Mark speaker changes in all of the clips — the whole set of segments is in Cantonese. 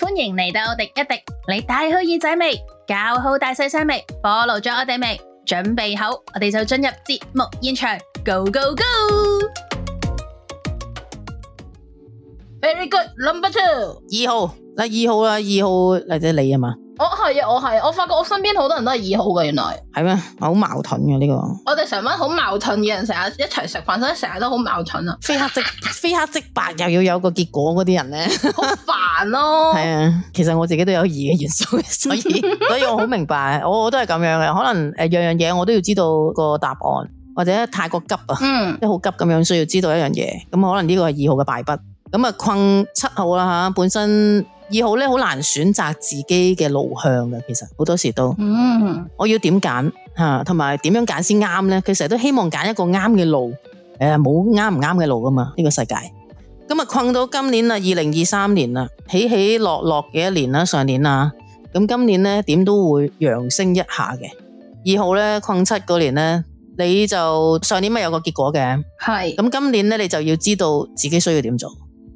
Speaker 1: 歡迎嚟到廸一廸，你戴好耳仔未？搞好大細聲未？follow 咗我哋未？準備好，我哋就進入節目現場，Go Go Go！
Speaker 2: Very good number two，
Speaker 3: 二號嗱，二號啦，二號嚟者你啊嘛，
Speaker 2: 我係啊，我係啊，我發覺我身邊好多人都係二號嘅，原來
Speaker 3: 係咩？好矛盾嘅呢、個，
Speaker 2: 我哋成班好矛盾嘅人，成日一齊食飯，所以成日都好矛盾 啊，
Speaker 3: 非黑即非黑即白，又要有個結果嗰啲人咧，
Speaker 2: 好煩咯。
Speaker 3: 係啊，其實我自己都有二嘅元素，所以所以我好明白，我我都係咁樣嘅，可能誒樣樣嘢我都要知道個答案，或者太過急啊，
Speaker 2: 嗯，
Speaker 3: 即係好急咁樣需要知道一樣嘢，咁可能呢個係二號嘅敗筆，咁啊困七號啦嚇，本身二號咧好難選擇自己嘅路向嘅，其實好多時都。
Speaker 2: 嗯，
Speaker 3: 我要點揀吓，同埋點樣揀先啱咧？佢成日都希望揀一個啱嘅路，诶、冇啱唔啱嘅路噶嘛？呢、個世界咁啊，困到今年啦，二零二三年啦，起起落落嘅一年啦，上年啊，咁今年咧點都會揚升一下嘅。二號咧困七嗰年咧，你就上年咪有個結果嘅，
Speaker 2: 係，
Speaker 3: 咁今年咧你就要知道自己需要點做。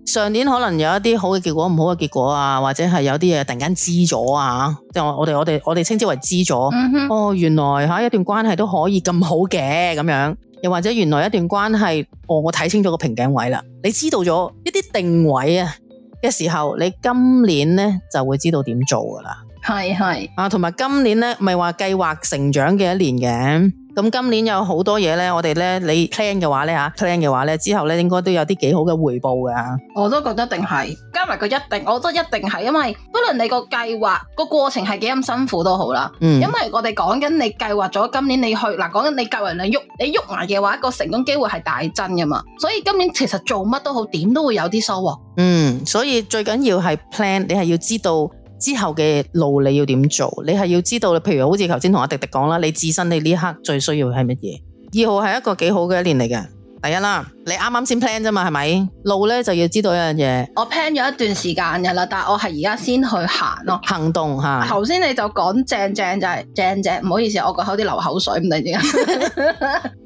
Speaker 3: 上年可能有一啲好嘅結果，唔好嘅結果啊，或者係有啲嘢突然間知咗啊，即係我我哋我哋我哋稱之為知咗。
Speaker 2: 嗯哼，
Speaker 3: 哦，原來吓一段關係都可以咁好嘅咁樣，又或者原來一段關係，哦，我睇清楚個瓶頸位啦，你知道咗一啲定位啊嘅時候，你今年呢就會知道點做噶啦。
Speaker 2: 係係，
Speaker 3: 啊，同埋今年呢咪話計劃成長嘅一年嘅，咁今年有好多嘢呢，我哋呢，你 plan 嘅話呢，吓 plan 嘅話呢，之後呢應該都有啲幾好嘅回報噶。
Speaker 2: 我都覺得一定係，加埋個一定，我都一定係，因為不論你個計劃個過程係幾咁辛苦都好啦。
Speaker 3: 嗯
Speaker 2: 因，為我哋講緊你計劃咗今年你去嗱，講緊你計劃你喐，你喐埋嘅話，個成功機會係大增噶嘛。所以今年其實做乜都好，點都會有啲收穫。
Speaker 3: 嗯，所以最緊要係 plan，你係要知道之後嘅路你要點做，你係要知道，譬如好似頭先同阿迪迪講啦，你自身你呢一刻最需要係乜嘢？二號係一個幾好嘅一年嚟嘅。第一啦，你啱啱先 plan 啫嘛，係咪？路咧就要知道一樣嘢，
Speaker 2: 我 plan 咗一段時間嘅啦，但係我係而家先去行咯。
Speaker 3: 行動吓。
Speaker 2: 頭先你就講正正就係正正，唔好意思，我個口啲流口水，唔知點 解，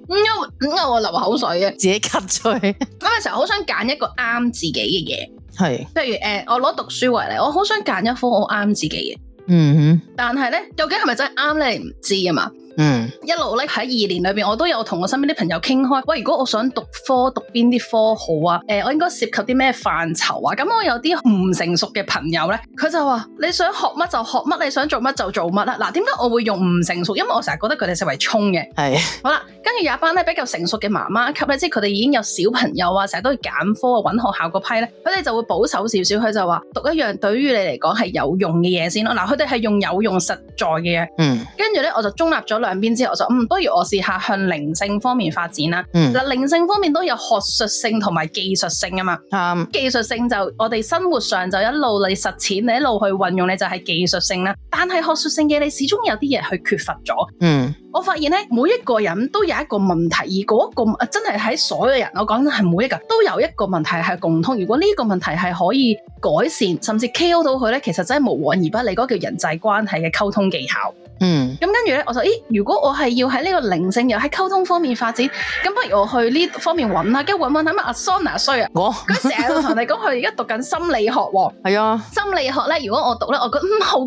Speaker 2: 因為因為我流口水啊嘅。
Speaker 3: 自己 cut 咗，
Speaker 2: 嗰陣時候好想揀一個啱自己嘅嘢，
Speaker 3: 係，
Speaker 2: 譬如誒、呃我攞讀書為例，我好想揀一科我啱自己嘅，
Speaker 3: 嗯
Speaker 2: 但係咧，究竟係咪真係啱咧？你唔知啊嘛。
Speaker 3: 哼，嗯
Speaker 2: 一路咧喺二年裏邊，我都有同我身邊啲朋友傾開，喂，如果我想讀科，讀邊啲科好啊？誒、我應該涉及啲咩範疇啊？咁我有啲唔成熟嘅朋友咧，佢就話：你想學乜就學乜，你想做乜就做乜啦。嗱，點解我會用唔成熟？因為我成日覺得佢哋成為衝嘅。
Speaker 3: 係，
Speaker 2: 好啦，跟住有一班咧比較成熟嘅媽媽級咧，即係佢哋已經有小朋友啊，成日都要揀科啊，揾學校嗰批咧，佢哋就會保守少少，佢就話讀一樣對於你嚟講係有用嘅嘢先咯。嗱，佢哋係用有用實在嘅嘢。
Speaker 3: 嗯
Speaker 2: 跟住咧，我就中立咗兩邊之後，我就嗯，不如我試下向靈性方面發展啦。
Speaker 3: 嗯，
Speaker 2: 嗱，靈性方面都有學術性同埋技術性啊嘛。
Speaker 3: 啱，
Speaker 2: 技術性就我哋生活上就一路你實踐，你一路去運用，你就係技術性啦。但係學術性嘅你始終有啲嘢去缺乏咗。
Speaker 3: 嗯
Speaker 2: 我發現咧，每一個人都有一個問題，而嗰、個啊真係喺所有人，我講緊係每一個人都有一個問題係共通。如果呢個問題係可以改善，甚至 KO 到佢咧，其實真係無往而不利，嗰個叫人際關係嘅溝通技巧。
Speaker 3: 嗯，
Speaker 2: 咁跟住咧，我就咦，如果我係要喺呢個靈性又喺溝通方面發展，咁不如我去呢方面揾啦，跟住揾揾下乜阿 Sona 衰 啊！
Speaker 3: 我
Speaker 2: 佢成日同你講佢而家讀緊心理學喎，
Speaker 3: 係啊，
Speaker 2: 心理學咧，如果我讀咧，我覺得嗯好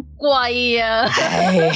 Speaker 2: 貴啊！
Speaker 3: 唉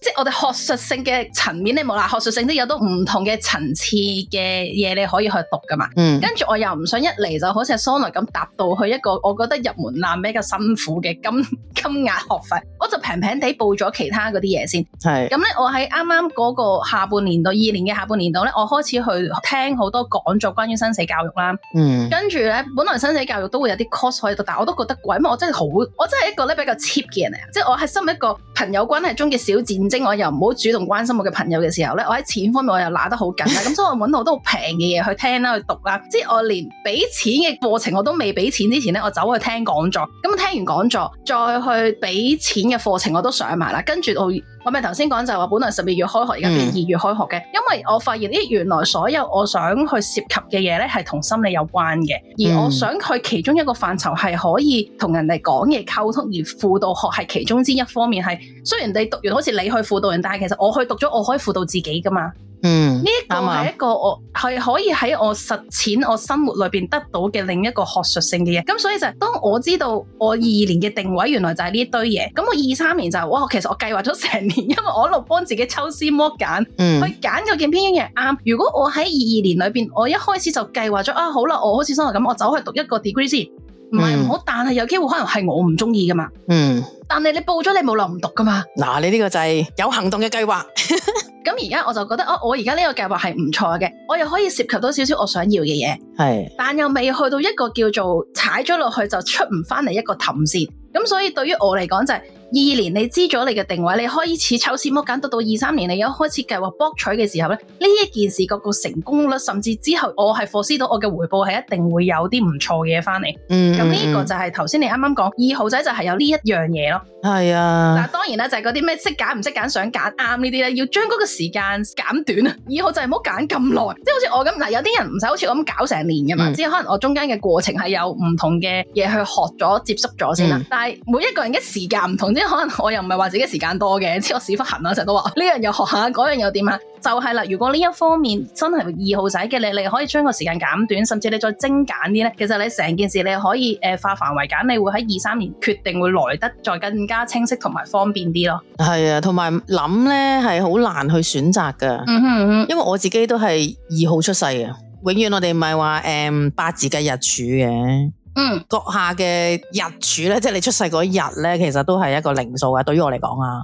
Speaker 2: 即係我哋學術性嘅層面你冇啦，學術性都有都唔同嘅層次嘅嘢你可以去讀噶嘛。
Speaker 3: 嗯
Speaker 2: 跟住我又唔想一嚟就好似阿 Sona 咁搭到去一個我覺得入門檻比較辛苦嘅金金額學費，我就平平地報咗其他嗰啲嘢先。
Speaker 3: 係，
Speaker 2: 咁咧，我喺啱啱嗰個下半年度，二年嘅下半年度咧，我開始去聽好多講座關於生死教育啦。
Speaker 3: 嗯
Speaker 2: 跟住咧，本來生死教育都會有啲 course 可以讀，但我都覺得貴，因為我真係好，我真係一個咧比較 cheap 嘅人嚟啊，即係我喺身為一個朋友關係中嘅小戰精，我又唔好主動關心我嘅朋友嘅時候咧，我喺錢方面我又揦得好緊 啦，咁所以我揾好多好平嘅嘢去聽啦，去讀啦，即係我連俾錢嘅課程我都未俾錢之前咧，我走去聽講座，咁聽完講座再去俾錢嘅課程我都上埋啦，跟住我。我咪頭先講就話，本來十二月開學，而家變
Speaker 3: 嗯
Speaker 2: 二月開學嘅，因為我發現咦，原來所有我想去涉及嘅嘢咧，係同心理有關嘅，而我
Speaker 3: 嗯
Speaker 2: 想佢其中一個範疇係可以同人哋講嘢溝通，而輔導學係其中之一方面係。雖然你讀完好似你去輔導人，但係其實我去讀咗，我可以輔導自己噶嘛。
Speaker 3: 嗯。嗯，
Speaker 2: 呢一個
Speaker 3: 啱啊
Speaker 2: 係一個我係可以喺我實踐我生活裏邊得到嘅另一個學術性嘅嘢。咁所以就係當我知道我二二年嘅定位原來就係呢一堆嘢，咁我二三年就係哇，其實我計劃咗成年，因為我一路幫自己抽絲剝繭，
Speaker 3: 嗯，
Speaker 2: 去揀究竟邊一樣啱。如果我喺二二年裏邊，我一開始就計劃咗啊，好啦，我好似生活咁，我走去讀一個 degree 先，唔係唔好，但係有機會可能係我唔中意噶嘛。
Speaker 3: 嗯，
Speaker 2: 但係你報咗，你冇能唔讀噶嘛。
Speaker 3: 嗱，你呢個就係有行動嘅計劃，
Speaker 2: 咁而家我就覺得，哦，我而家呢個計劃係唔錯嘅，我又可以涉及到少少我想要嘅嘢，
Speaker 3: 係，
Speaker 2: 但又未去到一個叫做踩咗落去就出唔翻嚟一個氹線。咁所以對於我嚟講就係、二二年你知咗你嘅定位，你開始抽絲剝繭，到到二三年你有開始計劃博取嘅時候咧，呢一件事個個成功率，甚至之後我係 f o 到我嘅回報係一定會有啲唔錯嘅嘢翻嚟。
Speaker 3: 嗯，
Speaker 2: 咁呢個
Speaker 3: 嗯
Speaker 2: 就係頭先你啱啱講二號仔就係有呢一樣嘢咯。
Speaker 3: 嗯係啊
Speaker 2: 嗱，。當然啦，就係嗰啲咩識揀唔識揀，想揀啱呢啲咧，要將嗰個時間減短啊！ 以後就係唔好揀咁耐，即係好似我咁嗱，有啲人唔使好似我咁搞成年噶嘛，
Speaker 3: 嗯
Speaker 2: 即係可能我中間嘅過程係有唔同嘅嘢去學咗、接觸咗先啦。
Speaker 3: 嗯
Speaker 2: 但係每一個人嘅時間唔同，即係可能我又唔係話自己時間多嘅，即係 我屎忽痕啊，成日都話呢樣又學下，嗰樣又點啊？就係啦，如果呢一方面真係二號仔嘅你，你可以將個時間減短，甚至你再精簡啲咧，其實你成件事你可以誒、呃化繁為簡，你會喺二三年決定會來得再更加清晰同埋方便啲咯。
Speaker 3: 係啊，同埋諗咧係好難去選擇噶，
Speaker 2: 嗯哼嗯哼
Speaker 3: 因為我自己都係二號出世嘅，永遠我哋唔係話誒八字嘅日柱嘅，
Speaker 2: 嗯
Speaker 3: 閣下嘅日柱咧，即係你出世嗰一日咧，其實都係一個零數啊。對於我嚟講啊，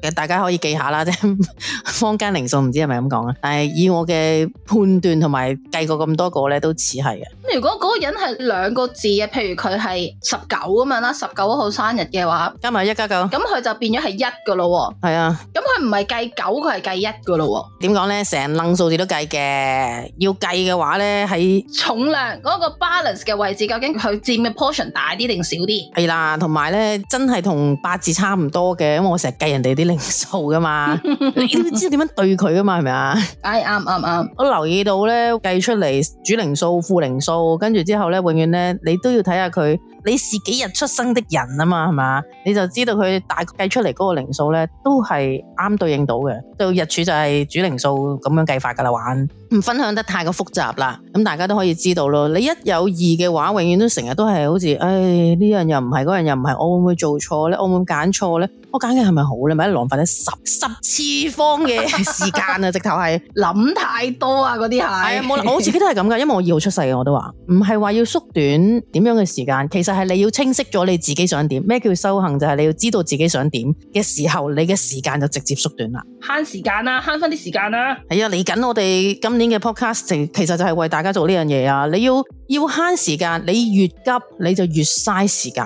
Speaker 3: 嘅大家可以記下啦，即係 坊間零數唔知係咪咁講啊。但係以我嘅判斷同埋計過咁多個咧，都似係嘅。
Speaker 2: 咁如果嗰個人係兩個字嘅，譬如佢係十九咁樣啦，十九號生日嘅話，
Speaker 3: 加埋一加九，
Speaker 2: 咁佢就變咗係一噶咯
Speaker 3: 係啊。
Speaker 2: 喎。咁佢唔係計九，佢係計一噶咯
Speaker 3: 點講咧？成楞數字都計嘅，要計嘅話咧喺
Speaker 2: 喎。重量嗰、個 balance 嘅位置，究竟佢佔嘅 portion 大啲定少啲？
Speaker 3: 係啦，同埋咧，真係同八字差唔多嘅，因為我成日計人哋啲零數噶嘛，你都知道點樣對佢噶嘛，係咪啊？
Speaker 2: 唉，啱啱啱。
Speaker 3: 我留意到咧，計出嚟主零數、負零數，跟住之後咧，永遠咧，你都要睇下佢，你是幾日出生的人啊嘛，係嘛？你就知道佢大概計出嚟嗰個零數咧，都係啱對應到嘅。到日柱就係主零數咁樣計法噶啦，玩唔分享得太過複雜啦，咁大家都可以知道咯。你一有二嘅話，永遠都成日都係好似，唉呢樣又唔係，嗰樣又唔係，我會唔會做錯咧？我會唔會揀錯咧？我揀嘅係咪好咧？咪浪費咗十十次方嘅時間啊！直頭係。
Speaker 2: 諗太多啊！嗰啲係，
Speaker 3: 系啊，冇 啦，我自己都係咁噶，因為我二號出世嘅，我都話唔係話要縮短點樣嘅時間，其實係你要清晰咗你自己想點。咩叫修行？就係你要知道自己想點嘅時候，你嘅時間就直接縮短啦。
Speaker 2: 慳時間啦，慳翻啲時間啦。
Speaker 3: 係啊，嚟緊我哋今年嘅 podcast 就其實就係為大家做呢樣嘢啊！你要要慳時間，你越急你就越嘥時間。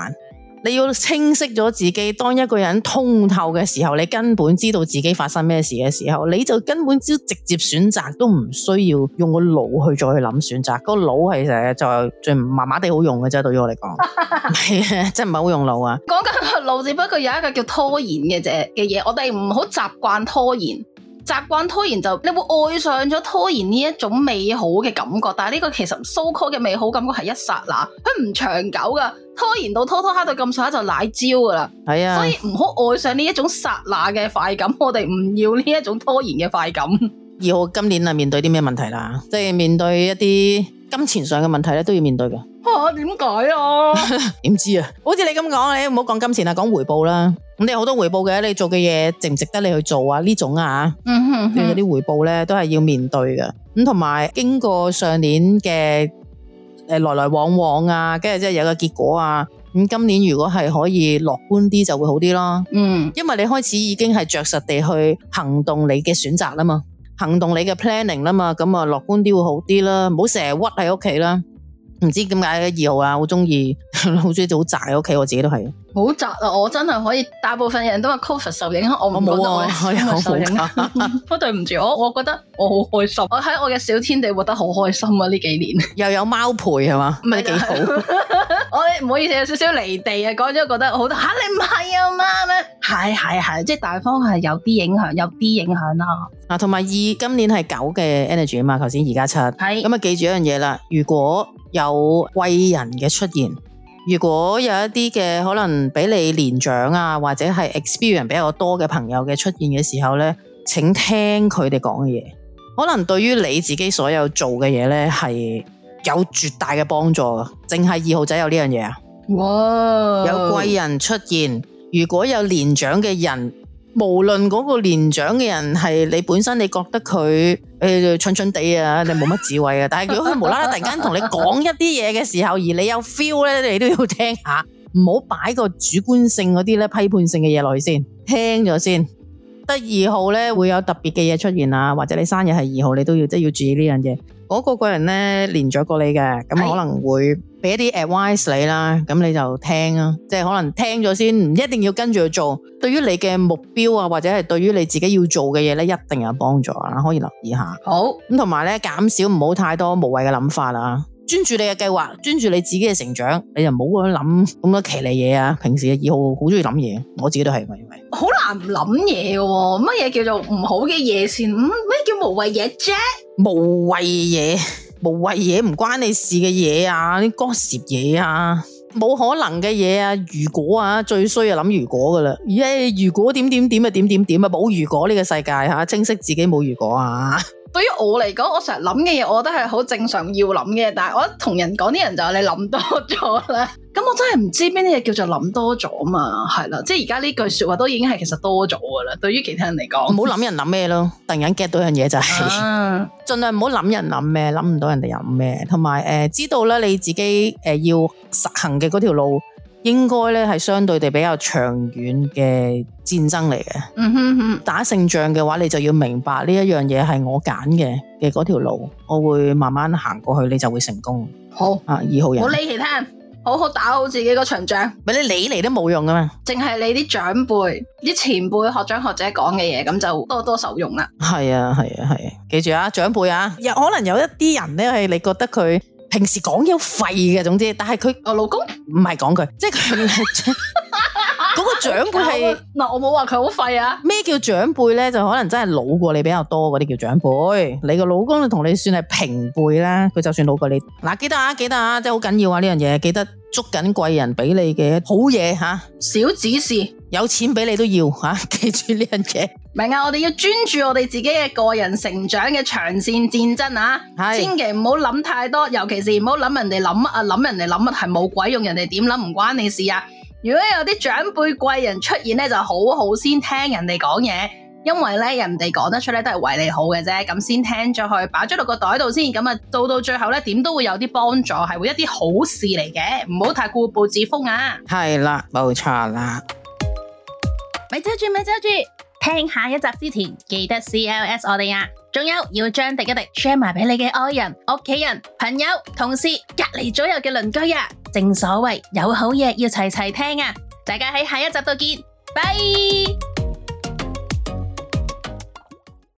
Speaker 3: 你要清晰咗自己，當一個人通透嘅時候，你根本知道自己發生咩事嘅時候，你就根本只直接選擇，都唔需要用個腦去再去諗選擇。個腦係成日就最麻麻地好用嘅啫，對於我嚟 講，係啊，真係唔係好用腦啊。
Speaker 2: 講緊個路，只不過有一個叫拖延嘅啫嘅嘢，我哋唔好習慣拖延。習慣拖延就你會愛上咗拖延呢一種美好嘅感覺，但係呢個其實 so call 嘅美好感覺係一剎那，佢唔長久噶。拖延到拖拖下到咁上下就奶焦噶啦，
Speaker 3: 係啊
Speaker 2: 所，以唔好愛上呢一種剎那嘅快感，我哋唔要呢一種拖延嘅快感。
Speaker 3: 二號今年啊面對啲咩問題啦？即係面對一啲金錢上嘅問題咧，都要面對嘅。
Speaker 2: 嚇點解啊？
Speaker 3: 點知啊？好似你咁講，你唔好講金錢啦，講回報啦。咁你有好多回報嘅，你做嘅嘢值唔值得你去做啊？呢種啊，
Speaker 2: 嗯哼
Speaker 3: 你嗰
Speaker 2: 哼，
Speaker 3: 啲回報咧都係要面對嘅。咁同埋經過上年嘅誒來來往往啊，跟住即係有個結果啊。咁今年如果係可以樂觀啲，就會好啲咯。
Speaker 2: 嗯
Speaker 3: 因為你開始已經係着實地去行動你嘅選擇啦嘛，行動你嘅 planning 啦嘛，咁啊樂觀啲會好啲啦，唔好成日屈喺屋企啦。唔知點解二號啊，好中意 好中意好宅喺屋企，我自己都係。
Speaker 2: 好窄啊！我真係可以，大部分人都話 Covid 受影響，我
Speaker 3: 我
Speaker 2: 唔覺
Speaker 3: 冇
Speaker 2: 得我
Speaker 3: 啊，
Speaker 2: 係
Speaker 3: 係啊
Speaker 2: Covid
Speaker 3: 我
Speaker 2: 受影
Speaker 3: 冇
Speaker 2: 響。
Speaker 3: 噶。
Speaker 2: 不對唔住，我我覺得我好開心，我喺我嘅小天地活得好開心啊！呢幾年，
Speaker 3: 又有貓陪係嘛，咪幾 好。
Speaker 2: 我哋唔好意思，有少少離地啊，講咗覺得好多嚇、你唔係啊嘛咩？係係係，即係大方向係有啲影響，有啲影響啦。
Speaker 3: 啊，同埋二今年係九嘅 energy 啊嘛，頭先而家七。
Speaker 2: 係
Speaker 3: 咁啊，記住一樣嘢啦，如果有貴人嘅出現，如果有一啲嘅可能比你年長啊，或者係 experience 比較多嘅朋友嘅出現嘅時候咧，請聽佢哋講嘅嘢，可能對於你自己所有做嘅嘢咧，係有絕大嘅幫助㗎。淨係二號仔有呢樣嘢啊，
Speaker 2: 哇！
Speaker 3: 有貴啊人出現。如果有年長嘅人，無論嗰個年長嘅人係你本身，你覺得佢誒蠢蠢地啊，你冇乜智慧啊。但係如果佢無啦啦突然間同你講一啲嘢嘅時候，而你有 feel 咧，你都要聽下，唔好擺個主觀性嗰啲咧批判性嘅嘢落去先，聽咗先。得二號咧會有特別嘅嘢出現啊，或者你生日係二號，你都要即係要注意呢樣嘢。嗰、個個人咧年長過你嘅，咁
Speaker 2: 係
Speaker 3: 可能會俾一啲 advice 你啦，咁你就聽啊，即係可能聽咗先，唔一定要跟住去做。對於你嘅目標啊，或者係對於你自己要做嘅嘢咧，一定有幫助啊，可以留意下。
Speaker 2: 好，
Speaker 3: 咁同埋咧，減少唔好太多無謂嘅諗法啊，專注你嘅計劃，專注你自己嘅成長，你就唔好諗咁多騎呢嘢啊。平時嘅二號好中意諗嘢，我自己都係咪？因為
Speaker 2: 好難諗嘢嘅喎，乜嘢叫做唔好嘅嘢先？嗯，咩叫無謂嘢啫？
Speaker 3: 無謂嘢，無謂嘢唔關你事嘅嘢啊，啲 gossip 嘢啊，冇可能嘅嘢啊，如果啊，最衰就諗如果噶啦，耶、如果點點點啊，點點點啊，冇如果呢個世界吓、清晰自己冇如果啊，
Speaker 2: 對於我嚟講，我成日諗嘅嘢，我覺得係好正常要諗嘅。但係我一同人講，啲人就話你諗多咗啦。 咁我真係唔知邊啲嘢叫做諗多咗嘛？係啦，即係而家呢句説話都已經係其實多咗噶啦。對於其他人嚟
Speaker 3: 唔
Speaker 2: 講，
Speaker 3: 好諗人諗咩咯，突然間 get 到樣嘢就係、
Speaker 2: 哦啊
Speaker 3: 盡量唔好諗人諗咩，諗唔到人哋諗咩，同埋诶知道咧你自己诶、呃要實行嘅嗰條路，應該咧係相對地比較長遠嘅戰爭嚟嘅。
Speaker 2: 嗯哼哼，
Speaker 3: 打勝仗嘅話，你就要明白呢一樣嘢係我揀嘅嘅嗰條路，我會慢慢行過去，你就會成功
Speaker 2: 好，唔
Speaker 3: 啊！二號人
Speaker 2: 好，理其他人，好好打好自己嗰場仗。
Speaker 3: 咪你理嚟都冇用噶嘛，
Speaker 2: 淨係你啲長輩、啲前輩、學長學者講嘅嘢，咁就多多受用啦。
Speaker 3: 係啊係啊係啊，記住啊，長輩啊，有可能有一啲人咧係你覺得佢平時講嘢好廢嘅，總之，但係佢
Speaker 2: 我老公
Speaker 3: 唔係講佢，即係 佢嗰個長輩係。
Speaker 2: 嗱，我冇話佢好廢啊。
Speaker 3: 咩叫長輩咧？就可能真係老過你比較多嗰啲叫長輩。你個老公同你算係平輩啦，佢就算老過你。嗱，記得啊，記得啊，真係好緊要啊呢樣嘢，記得捉緊貴人俾你嘅好嘢吓、
Speaker 2: 小指示，
Speaker 3: 有錢俾你都要吓、 記住呢樣嘢。
Speaker 2: 明啊！我哋要專注我哋自己嘅個人成長嘅長線戰爭啊！
Speaker 3: 係
Speaker 2: 千祈唔好諗太多，尤其是唔好諗人哋諗乜啊，諗人哋諗乜係冇鬼用，人哋點諗唔關你事啊！如果有啲長輩貴人出現咧，就好好先聽人哋講嘢，因為咧人哋講得出咧都係為你好嘅啫，咁先聽咗佢，擺咗落個袋度先，咁啊到到最後咧點都會有啲幫助，係會一啲好事嚟嘅，唔好太固步自封啊！
Speaker 3: 係啦，冇錯啦。
Speaker 1: 咪遮住咪遮住，聽下一集之前記得 CLS 我哋啊！仲有要將滴一滴 share 埋俾你嘅愛人、屋企人、朋友、同事、隔離左右嘅鄰居啊！正所謂有好嘢要齊齊聽啊！大家喺下一集度見，拜。